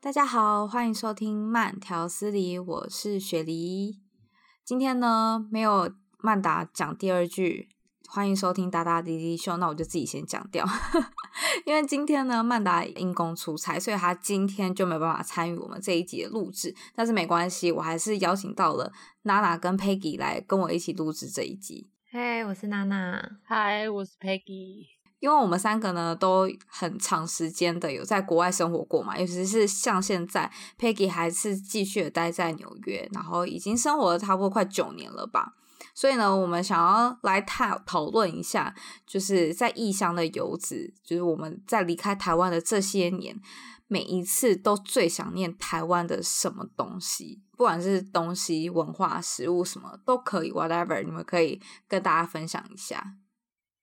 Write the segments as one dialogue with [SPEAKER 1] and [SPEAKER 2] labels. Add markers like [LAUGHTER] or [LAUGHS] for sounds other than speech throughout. [SPEAKER 1] 大家好，欢迎收听慢条斯理，我是雪梨。今天呢，没有曼达讲第二句，欢迎收听达达滴滴秀，那我就自己先讲掉。 [LAUGHS] 因为今天呢，曼达因公出差，所以她今天就没办法参与我们这一集的录制。但是没关系，我还是邀请到了娜娜跟 Peggy 来跟我一起录制这一集。
[SPEAKER 2] 嘿我是娜娜。
[SPEAKER 3] 嗨，我是 Peggy。
[SPEAKER 1] 因为我们三个呢都很长时间的有在国外生活过嘛，尤其是像现在 Peggy 还是继续地待在纽约，然后已经生活了差不多快九年了吧。所以呢，我们想要来讨讨论一下，就是在异乡的游子，就是我们在离开台湾的这些年，每一次都最想念台湾的什么东西，不管是东西、文化、食物什么都可以，whatever，你们可以跟大家分享一下。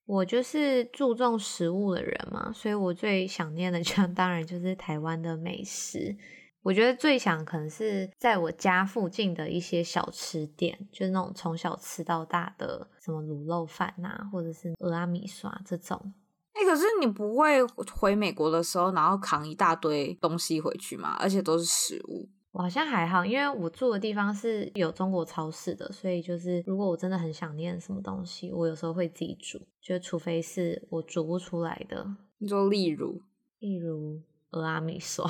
[SPEAKER 2] 我就是注重食物的人嘛，所以我最想念的 [LAUGHS] 就当然就是台湾的美食。我觉得最想可能是在我家附近的一些小吃店，就是那种从小吃到大的，什么卤肉饭呐、或者是俄阿米刷这种。
[SPEAKER 1] 哎、可是你不会回美国的时候，然后扛一大堆东西回去吗？而且都是食物。
[SPEAKER 2] 我好像还好，因为我住的地方是有中国超市的，所以就是如果我真的很想念什么东西，我有时候会自己煮，就是除非是我煮不出来的，
[SPEAKER 1] 你说，例如
[SPEAKER 2] 例如俄阿
[SPEAKER 1] [LAUGHS]
[SPEAKER 2] 米刷，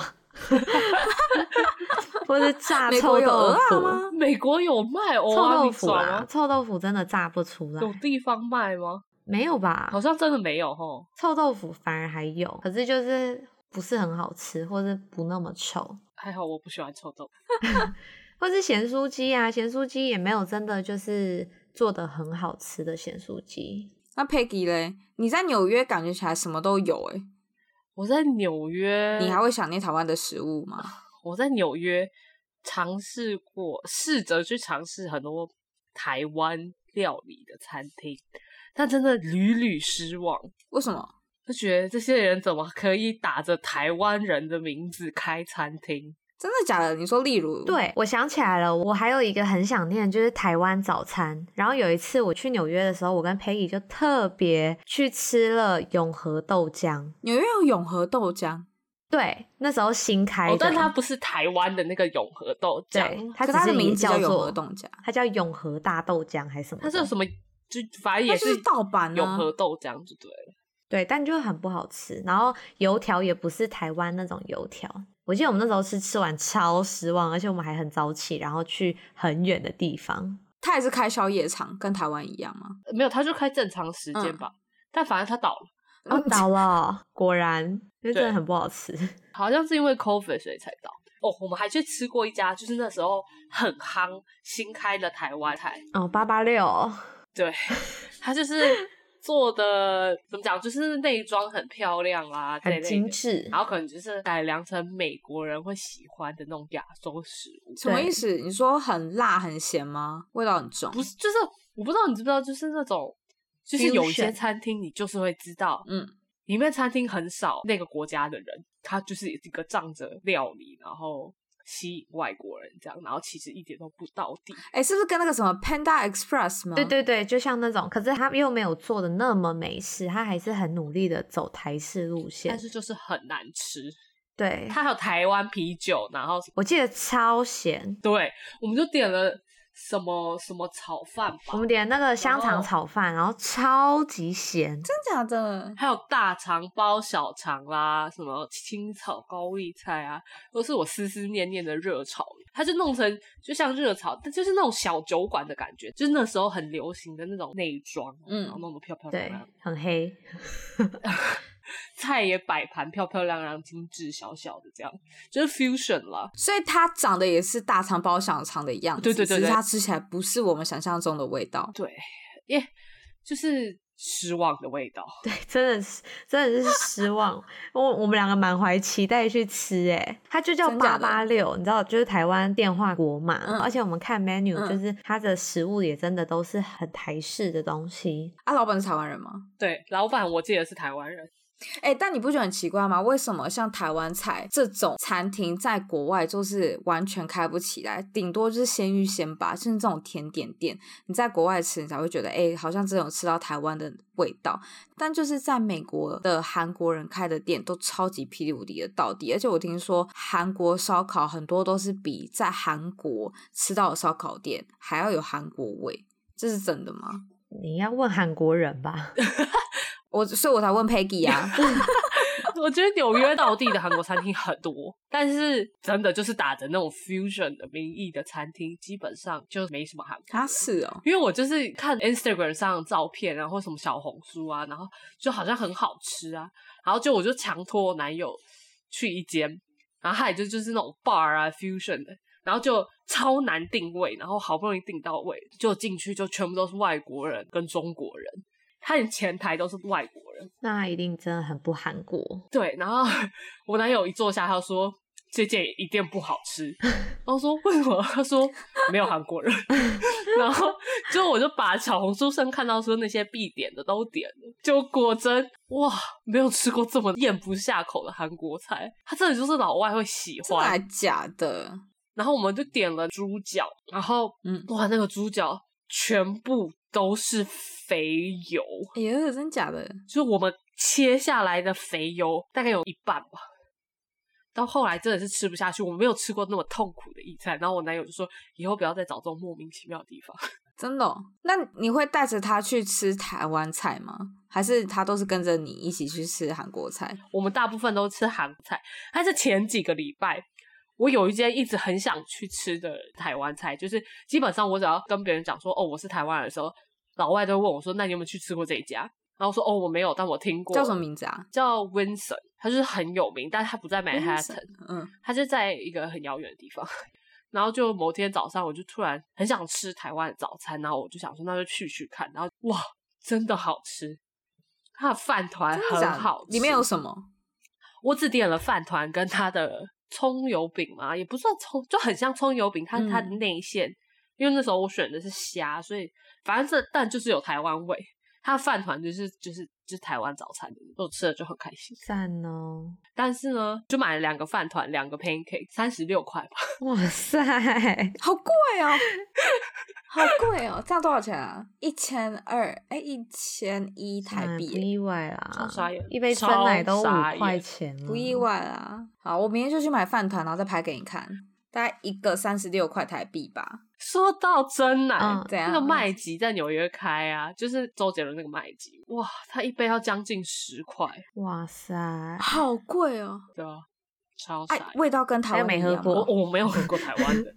[SPEAKER 2] 或者炸
[SPEAKER 1] 美
[SPEAKER 2] 臭
[SPEAKER 1] 国有鹅
[SPEAKER 2] 豆
[SPEAKER 1] 啊
[SPEAKER 2] 腐。
[SPEAKER 1] 吗？
[SPEAKER 3] 美国有卖
[SPEAKER 2] 臭
[SPEAKER 3] 哦，
[SPEAKER 2] 豆腐
[SPEAKER 3] 啊
[SPEAKER 2] 啦，臭豆腐真的炸不出来
[SPEAKER 3] 有，地方卖吗？
[SPEAKER 2] 没有吧
[SPEAKER 3] 好？像真的没有哦。
[SPEAKER 2] 臭豆腐反而还有，可是就是不是很好吃，或是不那么臭，
[SPEAKER 3] 还好我不喜欢臭豆腐。
[SPEAKER 2] 或是咸酥鸡啊，咸酥鸡也没有真的就是做的很好吃的咸酥鸡。
[SPEAKER 1] 那 Peggy 嘞？你在纽约感觉起来什么都有哎、
[SPEAKER 3] 我在纽约，
[SPEAKER 1] 你还会想念台湾的食物吗？
[SPEAKER 3] 我在纽约尝试过，试着去尝试很多台湾料理的餐厅，但真的屡屡失望。
[SPEAKER 1] 为什么？
[SPEAKER 3] 就觉得这些人怎么可以打着台湾人的名字开餐厅？
[SPEAKER 1] 真的假的？你说例如，，
[SPEAKER 2] 对，我想起来了，我还有一个很想念，就是台湾早餐。然后有一次我去纽约的时候，我跟 Peggy 就特别去吃了永和豆浆。
[SPEAKER 1] 纽约有永和豆浆，
[SPEAKER 2] 对，那时候新开的，
[SPEAKER 3] 哦，但它不是台湾的那个永和豆
[SPEAKER 2] 对
[SPEAKER 3] 浆，，
[SPEAKER 2] 它
[SPEAKER 1] 可
[SPEAKER 2] 只
[SPEAKER 1] 它的
[SPEAKER 2] 是
[SPEAKER 1] 名
[SPEAKER 2] 也
[SPEAKER 1] 字叫
[SPEAKER 2] 叫
[SPEAKER 1] 永
[SPEAKER 2] 做
[SPEAKER 1] 和豆浆，
[SPEAKER 2] 它叫永和大豆浆还是什么的？
[SPEAKER 3] 它是有什么？就反正也
[SPEAKER 1] 它就是盗版啊
[SPEAKER 3] 永和豆浆就对了。
[SPEAKER 2] 对，但就很不好吃。然后油条也不是台湾那种油条，我记得我们那时候吃吃完超失望，而且我们还很早起，然后去很远的地方。
[SPEAKER 1] 它也是开宵夜场，跟台湾一样吗？
[SPEAKER 3] 没有，他就开正常时
[SPEAKER 2] 嗯
[SPEAKER 3] 间吧。但反正他哦倒了，
[SPEAKER 1] 嗯
[SPEAKER 2] 然后哦倒了， [LAUGHS] 果然就真的很不好吃。
[SPEAKER 3] 好像是因为 COVID 所以才倒。哦，我们还去吃过一家，就是那时候很夯新开的台湾菜，
[SPEAKER 2] 哦，八八六， [LAUGHS]
[SPEAKER 3] 对，它就是做的怎么讲，就是内装很漂亮啊，这
[SPEAKER 2] 很
[SPEAKER 3] 一类的
[SPEAKER 2] 精致
[SPEAKER 3] 然。后可能就是改良成美国人会喜欢的那种亚洲食物，
[SPEAKER 1] 什么意思？你说很辣很咸吗？味道很重？
[SPEAKER 3] 不是就是我不知道你知不知道，就是那种就是有一些
[SPEAKER 2] Fusion
[SPEAKER 3] 餐厅你就是会知道，
[SPEAKER 1] 嗯，
[SPEAKER 3] 里面餐厅很少那个国家的人，他就是一个仗着料理然后吸引外国人这样，然后其实一点都不到底，
[SPEAKER 1] 哎、是不是跟那个什么 Panda Express 吗？
[SPEAKER 2] 对对对，就像那种，可是他又没有做的那么美式，他还是很努力的走台式路
[SPEAKER 3] 但
[SPEAKER 2] 线。
[SPEAKER 3] 是就是很难吃。
[SPEAKER 2] 对，
[SPEAKER 3] 它还有台湾啤酒，然后
[SPEAKER 2] 我记得超咸，
[SPEAKER 3] 对，我们就点了什么什么炒饭吧
[SPEAKER 2] 我，们点那个香
[SPEAKER 3] 后
[SPEAKER 1] 哦
[SPEAKER 2] 肠炒饭，然后超级咸，
[SPEAKER 1] 真假的？
[SPEAKER 3] 还有大肠包小肠啦，什么青草高丽菜啊，都是我思思念念的热炒。它就弄成就像热炒，但就是那种小酒馆的感觉，就是那时候很流行的那种内装，啊
[SPEAKER 1] 嗯
[SPEAKER 3] 然后弄得漂漂亮
[SPEAKER 2] 对
[SPEAKER 3] 亮，，
[SPEAKER 2] 很黑。
[SPEAKER 3] 菜也摆盘漂漂亮亮、精致小小的，这样就是 fusion 啦。
[SPEAKER 1] 所以它长得也是大肠包小肠的样子，
[SPEAKER 3] 对对对
[SPEAKER 1] 只是
[SPEAKER 3] 对
[SPEAKER 1] 它吃起来不是我们想象中的味道。
[SPEAKER 3] 对，耶，就是失望的味道。
[SPEAKER 2] 对，真的是真的是失望。我我们两个满怀期待去吃、欸，哎，它就叫
[SPEAKER 1] 真假
[SPEAKER 2] 八
[SPEAKER 1] 的
[SPEAKER 2] 八六，你知道，就是台湾电话国嘛。
[SPEAKER 1] 嗯
[SPEAKER 2] 而且我们看 menu，、
[SPEAKER 1] 嗯
[SPEAKER 2] 就是它的食物也真的都是很台式的东西。
[SPEAKER 1] 啊，老板是台湾人吗？
[SPEAKER 3] 对，老板我记得是台湾人，
[SPEAKER 1] 哎、但你不觉得很奇怪吗？为什么像台湾菜这种餐厅在国外就是完全开不起来，顶多就是先预先吧，甚至这种甜点店，你在国外吃，你才会觉得哎、好像真的有吃到台湾的味道。但就是在美国的韩国人开的店都超级霹雳无敌的到底，而且我听说韩国烧烤很多都是比在韩国吃到的烧烤店还要有韩国味，这是真的吗？
[SPEAKER 2] 你要问韩国人吧？
[SPEAKER 1] 我所以我才问 Peggy 啊。
[SPEAKER 3] [LAUGHS] 我觉得纽约到地的韩国餐厅很多，但是真的就是打着那种 fusion 的名义的餐厅，基本上就没什么韩国
[SPEAKER 1] 他
[SPEAKER 3] 人。
[SPEAKER 1] 是哦，
[SPEAKER 3] 因为我就是看 Instagram 上的照片，然后什么小红书啊，然后就好像很好吃啊，然后就我就强托我男友去一间，然后他也就就是那种 bar 啊 fusion 的，然后就超难定位，然后好不容易定到位，就进去就全部都是外国人跟中国人，他连前台都是外国人，
[SPEAKER 2] 那一定真的很不韩国。
[SPEAKER 3] 对，然后 [LAUGHS] 我男友一坐下，他说这件一定不好
[SPEAKER 1] [LAUGHS]
[SPEAKER 3] 吃。然后说为什么？他说没有韩国人。 [LAUGHS] 然后就我就把小红书上看到说那些必点的都点了，就果真哇，没有吃过这么咽不下口的韩国菜，它真的就是老外会喜
[SPEAKER 1] 真的啊还
[SPEAKER 3] 欢。
[SPEAKER 1] 假的？
[SPEAKER 3] 然后我们就点了猪脚，然后
[SPEAKER 1] 嗯
[SPEAKER 3] 哇，那个猪脚全部都是肥油，
[SPEAKER 1] 哎呦，真假的？
[SPEAKER 3] 就是我们切下来的肥油大概有一半吧。到后来真的是吃不下去，我没有吃过那么痛苦的意菜。然后我男友就说，以后不要再找这种莫名其妙的地方。 [LAUGHS]
[SPEAKER 1] 真的哦、那你会带着他去吃台湾菜吗？还是他都是跟着你一起去吃韩国菜？
[SPEAKER 3] 我们大部分都吃韩菜，但是前几个礼拜，我有一间一直很想去吃的台湾菜，就是基本上我只要跟别人讲说哦我是台湾人的时候，老外都会问我说那你有没有去吃过这一家？然后我说哦我没有，但我听过
[SPEAKER 1] 叫什么名字啊？
[SPEAKER 3] 叫 Winson，它就是很有名，但它不在 Manhattan，
[SPEAKER 1] 嗯，
[SPEAKER 3] 它就在一个很遥远的地方。 [LAUGHS] 然后就某天早上，我就突然很想吃台湾的早餐，然后我就想说那就去去看，然后哇，真的好吃，它的饭团
[SPEAKER 1] 真的假
[SPEAKER 3] 很
[SPEAKER 1] 的
[SPEAKER 3] 好吃，
[SPEAKER 1] 里面有什么？
[SPEAKER 3] 我只点了饭团跟它的葱油饼嘛，也不算葱，就很像葱油饼，它它的
[SPEAKER 1] 嗯
[SPEAKER 3] 内馅。因为那时候我选的是虾，所以反正这但就是有台湾味。它的饭团就是就是就是台湾早餐的，我吃了就很开心。
[SPEAKER 2] 赞哦！
[SPEAKER 3] 但是呢，就买了两个饭团，两个 pancake，三十六块吧。
[SPEAKER 2] 哇
[SPEAKER 3] [LAUGHS]
[SPEAKER 2] 塞，
[SPEAKER 1] 好贵哦，好贵哦！这样多少钱啊？一千二，哎，一千一
[SPEAKER 3] 啊
[SPEAKER 1] 台币
[SPEAKER 2] 不
[SPEAKER 1] 耶，
[SPEAKER 2] 意外啦
[SPEAKER 3] 超傻眼，
[SPEAKER 2] 一杯酸奶都
[SPEAKER 3] 超
[SPEAKER 2] 五
[SPEAKER 3] 傻眼
[SPEAKER 2] 块钱了，
[SPEAKER 1] 不意。外啦。好，我明天就去买饭团，然后再拍给你看。大概一个三十六块台币吧。
[SPEAKER 3] 说到真奶，
[SPEAKER 2] 嗯
[SPEAKER 1] 怎样
[SPEAKER 3] 那个麦吉在纽约开啊，就是周杰伦那个麦吉，哇，他一杯要将近十块，
[SPEAKER 2] 哇塞，啊
[SPEAKER 1] 好贵哦！
[SPEAKER 3] 对啊，超啊傻
[SPEAKER 1] 哎
[SPEAKER 3] 眼。，
[SPEAKER 1] 味道跟台湾
[SPEAKER 2] 还没
[SPEAKER 1] 一样
[SPEAKER 2] 喝过
[SPEAKER 1] 吗
[SPEAKER 3] 我我没有喝过台湾的，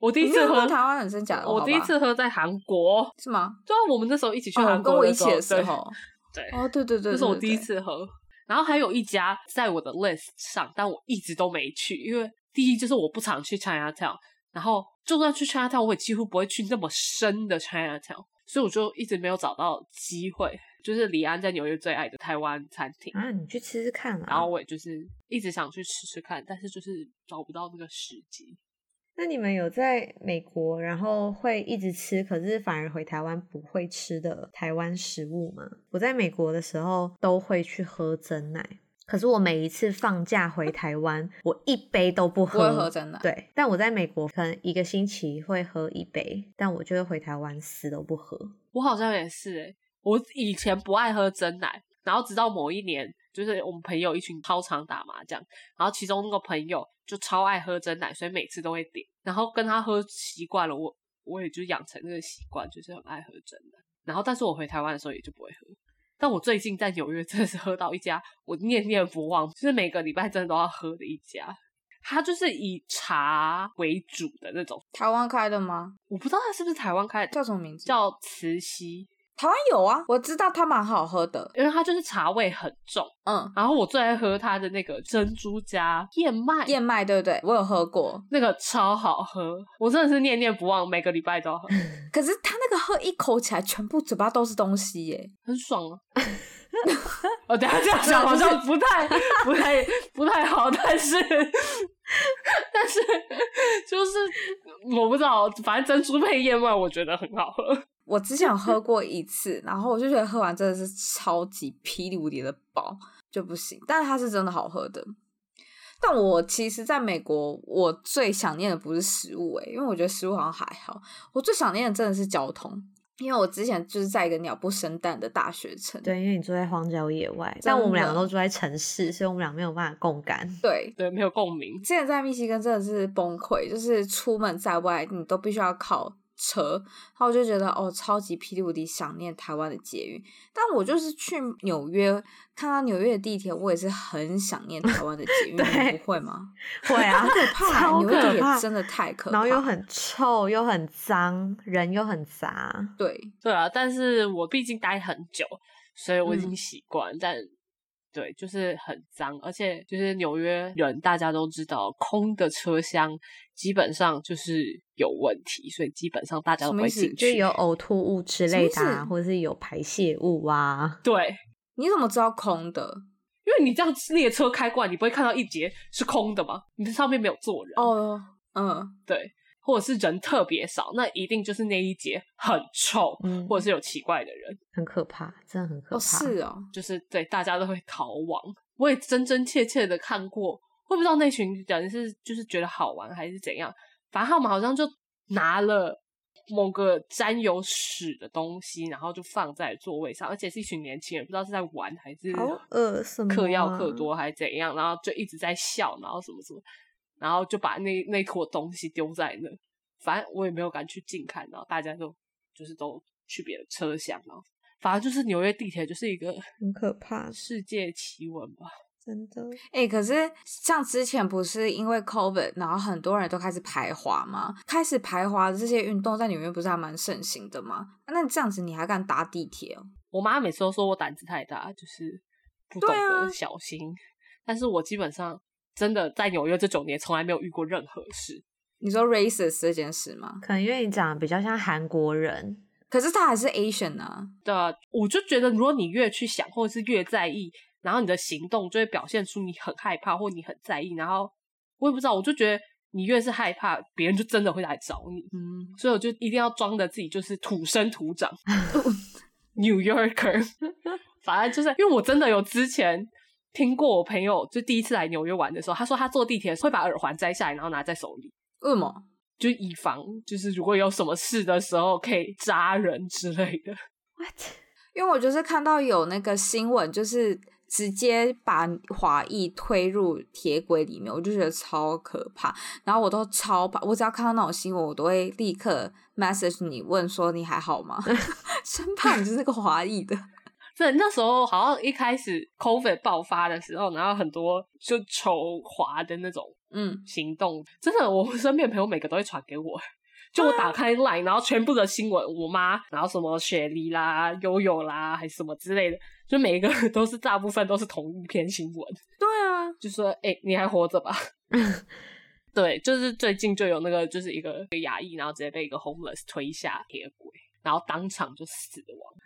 [SPEAKER 3] 我第
[SPEAKER 1] 你
[SPEAKER 3] 一
[SPEAKER 1] 没
[SPEAKER 3] 次
[SPEAKER 1] 有
[SPEAKER 3] 喝
[SPEAKER 1] 过台湾人真假的？
[SPEAKER 3] 我第一
[SPEAKER 1] 好吧
[SPEAKER 3] 次喝在韩国，
[SPEAKER 1] 是吗？
[SPEAKER 3] 对啊，我们那时候一起去
[SPEAKER 1] 哦
[SPEAKER 3] 韩，
[SPEAKER 1] 跟
[SPEAKER 3] 国
[SPEAKER 1] 我一
[SPEAKER 3] 的时候、
[SPEAKER 1] 起的时
[SPEAKER 3] 对 [LAUGHS]
[SPEAKER 1] 候，
[SPEAKER 3] 对，
[SPEAKER 1] 哦，对对对，
[SPEAKER 3] 那是
[SPEAKER 1] 对
[SPEAKER 3] 我
[SPEAKER 1] 对
[SPEAKER 3] 第一
[SPEAKER 1] 对
[SPEAKER 3] 次喝。然后还有一家在我的 list 上，但我一直都没去，因为第一就是我不常去 China Town，然后就算去 China Town，我也几乎不会去那么深的 China Town，所以我就一直没有找到机会。就是李安在纽约最爱的台湾餐厅，
[SPEAKER 2] 啊，你去吃吃看
[SPEAKER 3] 然
[SPEAKER 2] 啊
[SPEAKER 3] 后！我也就是一直想去吃吃看，但是就是找不到那个时机。
[SPEAKER 2] 那你们有在美国，然后会一直吃，可是反而回台湾不会吃的台湾食物吗？我在美国的时候都会去喝真奶，可是我每一次放假回台湾，我一杯都
[SPEAKER 1] 不
[SPEAKER 2] 不喝。
[SPEAKER 1] 会喝真的。
[SPEAKER 2] 对，但我在美国可能一个星期会喝一杯，但我就会回台湾死都不喝。
[SPEAKER 3] 我好像也是诶、欸我以前不爱喝真奶，然后直到某一年，就是我们朋友一群超常打麻将，然后其中那个朋友就超爱喝真奶，所以每次都会点，然后跟他喝习惯了，我我也就养成这个习惯，就是很爱喝真奶。然后，但是我回台湾的时候也就不会喝。但我最近在纽约真的是喝到一家我念念不忘，就是每个礼拜真的都要喝的一家。它就是以茶为主的那种，
[SPEAKER 1] 台湾开的吗？
[SPEAKER 3] 我不知道它是不是台湾开的，
[SPEAKER 1] 叫什么名字？
[SPEAKER 3] 叫慈溪，
[SPEAKER 1] 台湾有啊，我知道它蛮好喝的。
[SPEAKER 3] 因为它就是茶味很重。
[SPEAKER 1] 嗯，
[SPEAKER 3] 然后我最爱喝它的那个珍珠加燕麦，
[SPEAKER 1] 燕麦对不对？我有喝过，
[SPEAKER 3] 那个超好喝，我真的是念念不忘，每个礼拜都要喝，
[SPEAKER 1] 可是它那个喝一口起来，全部嘴巴都是东西耶。
[SPEAKER 3] 很爽啊。哦，等一下这样讲好像不太、不太、不太好，但是但是就是我不知道，反正珍珠配燕麦我觉得很好喝。
[SPEAKER 1] 我之前有喝过一次，然后我就觉得喝完真的是超级霹雳无敌的饱，就不行。但是它是真的好喝的。但我其实在美国，我最想念的不是食物、欸，诶，因为我觉得食物好像还好。我最想念的真的是交通，因为我之前就是在一个鸟不生蛋的大学城。
[SPEAKER 2] 对，因为你住在荒郊野外，但我们两个都住在城市，所以我们俩没有办法共感。
[SPEAKER 1] 对，
[SPEAKER 3] 对，没有共鸣。
[SPEAKER 1] 之前在密西根真的是崩溃，就是出门在外你都必须要靠车，然后我就觉得哦，超级霹雳无敌想念台湾的捷运。但我就是去纽约看到纽约的地铁，我也是很想念台湾的
[SPEAKER 2] [LAUGHS]
[SPEAKER 1] 捷运，你
[SPEAKER 2] 对
[SPEAKER 1] 们不会吗？
[SPEAKER 2] 会啊，
[SPEAKER 1] 很可怕，
[SPEAKER 2] [LAUGHS] 超
[SPEAKER 1] 纽约地
[SPEAKER 2] 可怕
[SPEAKER 1] 铁真的太可怕，
[SPEAKER 2] 然后又很臭，又很脏，人又很杂。
[SPEAKER 1] 对，
[SPEAKER 3] 对啊，但是我毕竟待很久，所以我已经
[SPEAKER 1] 嗯
[SPEAKER 3] 习惯。但对，就是很脏，而且就是纽约人大家都知道，空的车厢基本上就是有问题，所以基本上大家
[SPEAKER 1] 什
[SPEAKER 3] 都不
[SPEAKER 1] 么
[SPEAKER 3] 会
[SPEAKER 1] 意思
[SPEAKER 3] 进
[SPEAKER 2] 就
[SPEAKER 3] 去。
[SPEAKER 2] 有呕吐物之类的、
[SPEAKER 1] 什么
[SPEAKER 2] 啊，
[SPEAKER 1] 意思
[SPEAKER 2] 或者是有排泄物啊。
[SPEAKER 3] 对，
[SPEAKER 1] 你怎么知道空的？
[SPEAKER 3] 因为你这样列车开过来，你不会看到一节是空的嘛？你上面没有坐人，
[SPEAKER 1] 哦，嗯，
[SPEAKER 3] 对，或者是人特别少，那一定就是那一节很臭，
[SPEAKER 2] 嗯
[SPEAKER 3] 哦或者是有奇怪的人，
[SPEAKER 2] 很可怕，真的很可怕。
[SPEAKER 1] 哦是哦，
[SPEAKER 3] 就是对大家都会逃亡。我也真真切切的看过，我也不知道那群人是就是觉得好玩还是怎样，反正他们好像就拿了。某个沾有屎的东西，然后就放在座位上，而且是一群年轻人，不知道是在玩还是
[SPEAKER 2] 好恶什么、啊？
[SPEAKER 3] 嗑药嗑多还是怎样，然后就一直在笑，然后什么什么，然后就把那那坨东西丢在那，反正我也没有敢去近看，然后大家就就是都去别的车厢，然后反正就是纽约地铁就是一个
[SPEAKER 2] 很可怕，
[SPEAKER 3] 世界奇闻吧。
[SPEAKER 2] 真的。
[SPEAKER 1] 哎、可是像之前不是因为 COVID，然后很多人都开始排华吗？开始排华的这些运动在纽约不是还蛮盛行的吗？那这样子你还敢搭地铁哦？
[SPEAKER 3] 我妈每次都说我胆子太大，就是不懂
[SPEAKER 1] 对啊
[SPEAKER 3] 得小心，但是我基本上真的在纽约这九年从来没有遇过任何事。
[SPEAKER 1] 你说 racist 这件事吗？
[SPEAKER 2] 可能因为你长得比较像韩国人，
[SPEAKER 1] 可是他还是 Asian 啊，
[SPEAKER 3] 对啊，我就觉得，如果你越去想，或者是越在意，然后你的行动就会表现出你很害怕，或你很在意。然后我也不知道，我就觉得你越是害怕，别人就真的会来找你。
[SPEAKER 1] 嗯，
[SPEAKER 3] 所以我就一定要装的自己就是土生土长 New Yorker。反正就是因为我真的有之前听过我朋友就第一次来纽约玩的时候，他说他坐地铁会把耳环摘下来，然后拿在手里。
[SPEAKER 1] 为什么？
[SPEAKER 3] 就以防就是如果有什么事的时候可以扎人之类的，
[SPEAKER 1] 因为我就是看到有那个新闻，就是直接把华裔推入铁轨里面，我就觉得超可怕。然后我都超怕，我只要看到那种新闻，我都会立刻 message 你问说你还好吗？ [LAUGHS] 生怕你是那个华裔的。
[SPEAKER 3] 对，那时候好像一开始 COVID 爆发的时候，然后很多就仇华的那种
[SPEAKER 1] 嗯，
[SPEAKER 3] 行动，真的，我身边的朋友每个都会传给我。就我打开 LINE，然后全部的新闻，我妈，然后什么雪梨啦、悠悠啦，还是什么之类的，就每一个都是大部分都是同一篇新闻，
[SPEAKER 1] 对啊，
[SPEAKER 3] 就说：“哎、你还活着吧？”对，就是最近就有那个，就是一个牙医，然后直接被一个 homeless 推下铁轨，然后当场就死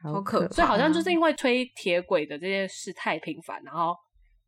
[SPEAKER 3] 亡。
[SPEAKER 1] 好可怕
[SPEAKER 3] 所以好像就是
[SPEAKER 2] 为
[SPEAKER 3] 因为推铁轨的这件事太频繁，然后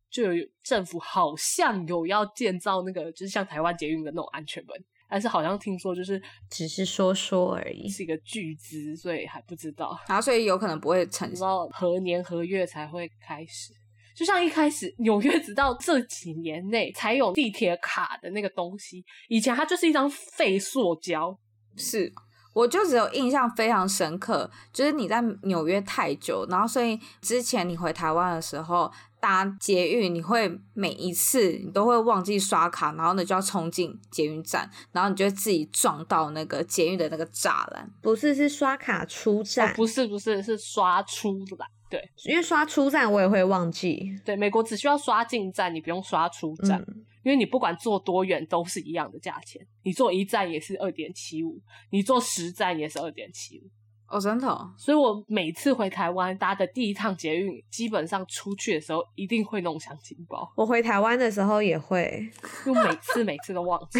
[SPEAKER 3] 就有政府好像有要建造那个，就是像台湾捷运的那种安全门，但是好像听说就是
[SPEAKER 2] 只是说说而已。
[SPEAKER 3] 是一个巨资，所以还不知道，
[SPEAKER 1] 然后所以有可能不会成
[SPEAKER 3] 不知道何年何月才会开始。就像一开始纽约，直到这几年内才有地铁卡的那个东西，以前它就是一张废塑胶，
[SPEAKER 1] 是，我就只有印象非常深刻，就是你在纽约太久，然后所以之前你回台湾的时候搭捷运，你会每一次你都会忘记刷卡，然后呢就要冲进捷运站，然后你就会自己撞到那个捷运的那个栅栏。
[SPEAKER 2] 不是是刷卡出
[SPEAKER 3] 哦
[SPEAKER 2] 站，
[SPEAKER 3] 不是不是是刷出来。对
[SPEAKER 2] 因为刷出站我也会忘记。
[SPEAKER 3] 对，美国只需要刷进站，你不用刷出站。
[SPEAKER 2] 嗯，
[SPEAKER 3] 因为你不管坐多远都是一样的价钱，你坐一站也是二点七五，你坐十站也是二点七五。
[SPEAKER 1] 哦，真的、哦，
[SPEAKER 3] 所以我每次回台湾搭的第一趟捷运，基本上出去的时候一定会弄香精包，
[SPEAKER 2] 我回台湾的时候也会。
[SPEAKER 3] 因为每次每次都忘记。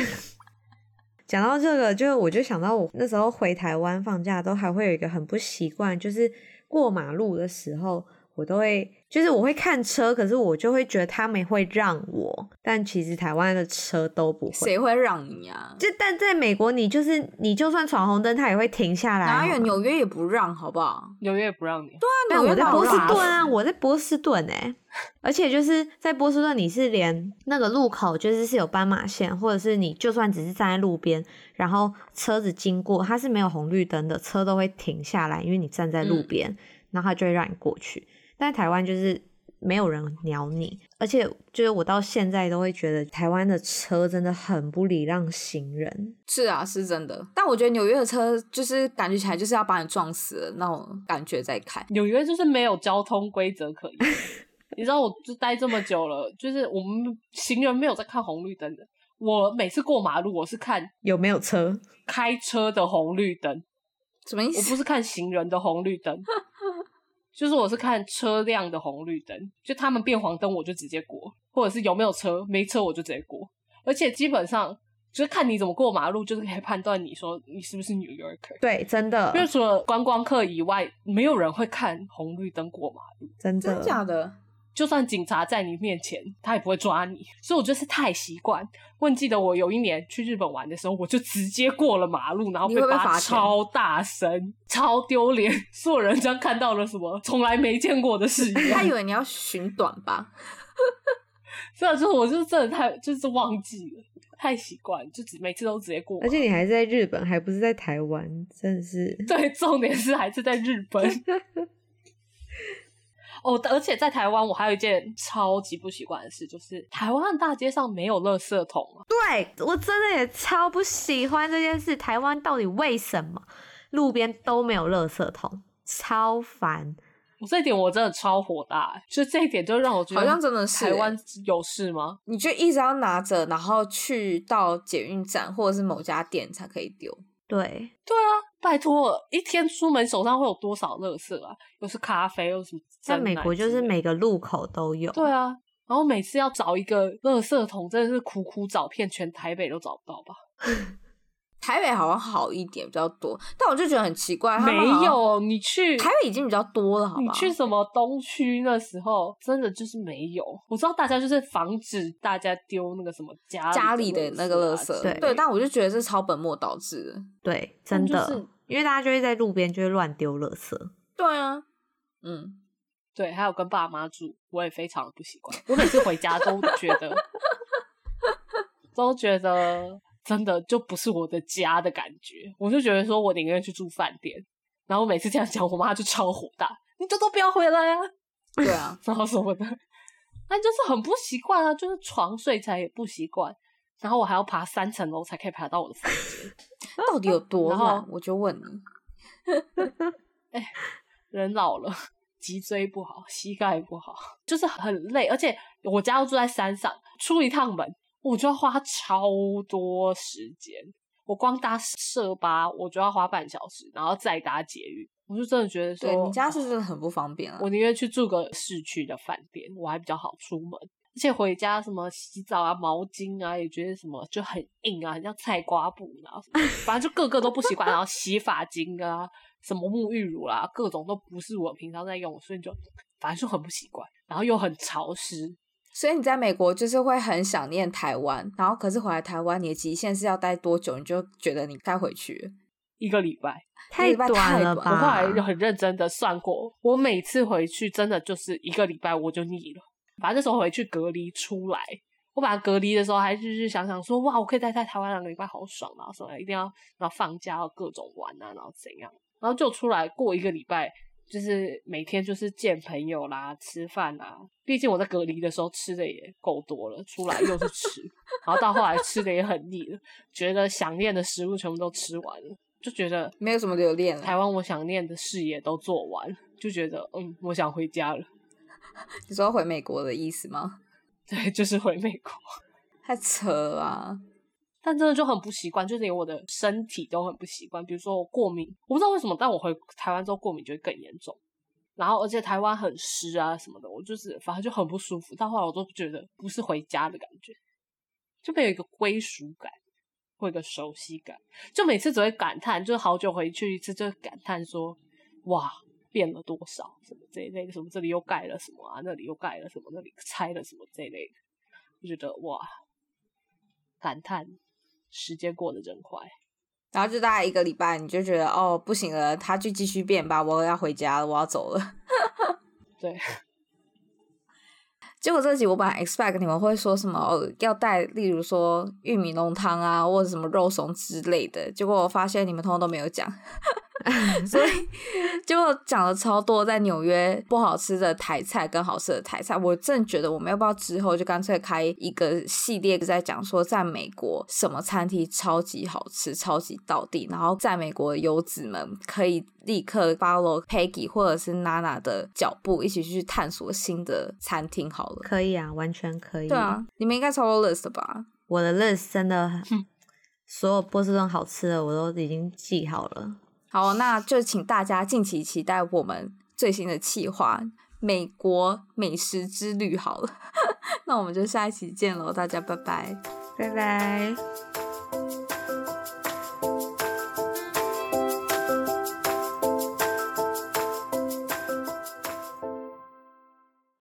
[SPEAKER 2] 讲到这个，就我就想到我那时候回台湾放假都还会有一个很不习惯，就是过马路的时候我都会就是我会看车，可是我就会觉得他们会让我，但其实台湾的车都不会。
[SPEAKER 1] 谁会让你啊？
[SPEAKER 2] 就但在美国，你就是你就算闯红灯，他也会停下来。
[SPEAKER 1] 哪有
[SPEAKER 2] 好吗
[SPEAKER 1] 纽约也不让，好不好？
[SPEAKER 3] 纽约也不让你，啊
[SPEAKER 1] 那
[SPEAKER 2] 但
[SPEAKER 1] 纽约
[SPEAKER 2] 我在
[SPEAKER 1] 哪有
[SPEAKER 2] 波士
[SPEAKER 1] 让
[SPEAKER 2] 顿啊，我在波士顿哎、而且就是在波士顿，你是连那个路口就是是有斑马线，或者是你就算只是站在路边，然后车子经过，它是没有红绿灯的，车都会停下来，因为你站在路
[SPEAKER 1] 嗯
[SPEAKER 2] 边，然后它就会让你过去。但台湾就是没有人鸟你，而且就是我到现在都会觉得台湾的车真的很不礼让行人，
[SPEAKER 1] 是啊，是真的。但我觉得纽约的车就是感觉起来就是要把你撞死的那种感觉在开。
[SPEAKER 3] 纽约就是没有交通规则可言。你知道，我就待这么久了，就是我们行人没有在看红绿灯的。我每次过马路，我是看
[SPEAKER 2] 有没有车？
[SPEAKER 3] 开车的红绿灯，
[SPEAKER 1] 什么意
[SPEAKER 3] 我
[SPEAKER 1] 思？
[SPEAKER 3] 不是看行人的红绿灯，就是我是看车辆的红绿灯，就他们变黄灯我就直接过，或者是有没有车，没车我就直接过，而且基本上就是看你怎么过马路，就是可以判断你说你是不是 New Yorker。
[SPEAKER 2] 对，真的
[SPEAKER 3] 因，为除了观光客以外，没有人会看红绿灯过马路，
[SPEAKER 2] 真
[SPEAKER 1] [LAUGHS]
[SPEAKER 2] 的，
[SPEAKER 1] 真假的？
[SPEAKER 3] 就算警察在你面前，他也不会抓你。所以我就是太习惯。我很记得我有一年去日本玩的时候，我就直接过了马路，然后
[SPEAKER 1] 你
[SPEAKER 3] 被
[SPEAKER 1] 会不会罚
[SPEAKER 3] 罚
[SPEAKER 1] 钱
[SPEAKER 3] 超大声、超丢脸， [LAUGHS] 所有人将看到了什么从来没见过的事一
[SPEAKER 1] 他
[SPEAKER 3] 样
[SPEAKER 1] 以。为你要寻短吧？
[SPEAKER 3] 所以就是我就是真的太就是忘记了，太习惯，就只每次都直接过
[SPEAKER 2] 而
[SPEAKER 3] 马路。
[SPEAKER 2] 且你还是在日本，还不是在台湾，真的是
[SPEAKER 3] 对，重点是还是在日本。 [LAUGHS] 哦，而且在台湾，我还有一件超级不习惯的事，就是台湾的大街上没有垃圾桶啊。
[SPEAKER 2] 对我真的也超不喜欢这件事。台湾到底为什么路边都没有垃圾桶？超烦！
[SPEAKER 3] 我这一点我真的超火大、欸，就这一点就让我觉得
[SPEAKER 1] 好像真的是欸
[SPEAKER 3] 台湾有事吗？
[SPEAKER 1] 你就一直要拿着，然后去到捷运站或者是某家店才可以丢。
[SPEAKER 2] 对，
[SPEAKER 3] 对啊，拜托，一天出门手上会有多少垃圾啊？又是咖啡，又是什么
[SPEAKER 2] 在
[SPEAKER 3] 蒸
[SPEAKER 2] 美
[SPEAKER 3] 奶
[SPEAKER 2] 国就
[SPEAKER 3] 之
[SPEAKER 2] 是
[SPEAKER 3] 类
[SPEAKER 2] 每个路口都有。
[SPEAKER 3] 对啊，然后每次要找一个垃圾桶，真的是苦苦找遍全台北都找不到吧？
[SPEAKER 1] 台北好像好一点，比较多，但我就觉得很奇怪，他们
[SPEAKER 3] 没
[SPEAKER 1] 好像
[SPEAKER 3] 有，你去
[SPEAKER 1] 台北已经比较多了，好
[SPEAKER 3] 你
[SPEAKER 1] 吧？
[SPEAKER 3] 去什么东区那时候，真的就是没有。我知道大家就是防止大家丢那个什么家
[SPEAKER 1] 家里
[SPEAKER 3] 里
[SPEAKER 1] 的那个
[SPEAKER 3] 垃啊
[SPEAKER 1] 垃圾，
[SPEAKER 2] 对
[SPEAKER 1] 啊对，但我就觉得是超本末倒置的。
[SPEAKER 2] 对真的，
[SPEAKER 3] 就是
[SPEAKER 2] 因为大家就会在路边就会乱丢垃圾。
[SPEAKER 1] 对啊，嗯，
[SPEAKER 3] 对，还有跟爸妈住，我也非常不习惯。我每次回家都觉得，都觉得真的就不是我的家的感觉。我就觉得说我宁愿去住饭店。然后每次这样讲，我妈就超火大，你就都不要回来啊，
[SPEAKER 1] 对 [LAUGHS] 啊，
[SPEAKER 3] 然后什么的。但就是很不习惯啊，就是床睡起来也不习惯。然后我还要爬三层楼才可以爬到我的房间，
[SPEAKER 1] 到底有多
[SPEAKER 3] 然后
[SPEAKER 1] 乱？我就问你。
[SPEAKER 3] 人老了，脊椎不好，膝盖不好，就是很累。而且我家又住在山上，出一趟门我就要花超多时间。我光搭社巴我就要花半小时，然后再搭捷运，我就真的觉得说，
[SPEAKER 1] 对你家是真的很不方便啊。
[SPEAKER 3] 我宁愿去住个市区的饭店，我还比较好出门。而且回家什么洗澡啊、毛巾啊，也觉得什么就很硬啊，很像菜瓜布啊什么，反正就个个都不习惯。然后洗发精啊、什么沐浴乳啦、各种都不是我平常在用，所以就反正就很不习惯，然后又很潮湿。
[SPEAKER 1] 所以你在美国就是会很想念台湾，然后可是回来台湾，你的极限是要待多久？你就觉得你该回去了。
[SPEAKER 3] 一个礼拜，
[SPEAKER 1] 一
[SPEAKER 2] 太
[SPEAKER 1] 个礼拜
[SPEAKER 2] 短
[SPEAKER 1] 太
[SPEAKER 2] 了
[SPEAKER 1] 短
[SPEAKER 3] 我
[SPEAKER 1] 了
[SPEAKER 3] 后来
[SPEAKER 2] 吧？
[SPEAKER 3] 啊很认真的算过，我每次回去真的就是一个礼拜我就腻了。反正那时候回去隔离出来，我把隔离的时候还日日想想说，哇，我可以待在台湾两个礼拜，好爽啊！什么一定要，然后放假要各种玩啊，然后怎样，然后就出来过一个礼拜，就是每天就是见朋友啦，吃饭啦。毕竟我在隔离的时候吃的也够多了，出来又是吃，然后到后来吃的也很腻了，觉得想念的食物全部都吃完了，就觉得
[SPEAKER 1] 没有什么留恋
[SPEAKER 3] 台
[SPEAKER 1] 了。
[SPEAKER 3] 湾我想念的事也都做完，就觉得嗯，我想回家了。 [LAUGHS]
[SPEAKER 1] 你说回美国的意思吗？
[SPEAKER 3] 对，就是回美国，
[SPEAKER 1] 太扯了啊！
[SPEAKER 3] 但真的就很不习惯，就连我的身体都很不习惯。比如说我过敏，我不知道为什么，但我回台湾之后过敏就会更严重。然后而且台湾很湿啊什么的，我就是反正就很不舒服。到后来我都觉得不是回家的感觉，就没有一个归属感，或一个熟悉感。就每次只会感叹，就是好久回去一次，就会感叹说：“哇，变了多少，什么这一类的，什么这里又盖了什么啊，那里又盖了什么，那里拆了什么这一类的，就觉得哇，感叹时间过得真快。
[SPEAKER 1] 然后就大概一个礼拜，你就觉得哦不行了，它就继续变吧，我要回家了，我要走了。 [LAUGHS]
[SPEAKER 3] 对，
[SPEAKER 1] 结果这集我本来 expect 你们会说什么哦，要带，例如说玉米浓汤啊，或者什么肉松之类的。结果我发现你们通通都没有讲，所以结果讲了超多在纽约不好吃的台菜跟好吃的台菜。我真的觉得我们要不要之后就干脆开一个系列，在讲说在美国什么餐厅超级好吃、超级到地，然后在美国的游子们可以立刻 follow Peggy 或者是娜娜的脚步，一起去探索新的餐厅好了。
[SPEAKER 2] 可以啊，完全可以。
[SPEAKER 1] 对啊，你们应该超过 list 吧？
[SPEAKER 2] 我的 list 真的很，所有波士顿好吃的我都已经记好了。
[SPEAKER 1] 好，那就请大家近期期待我们最新的企划《美国美食之 [LAUGHS] 旅》好了。那我们就下一期见喽，大家拜拜。
[SPEAKER 2] 拜拜。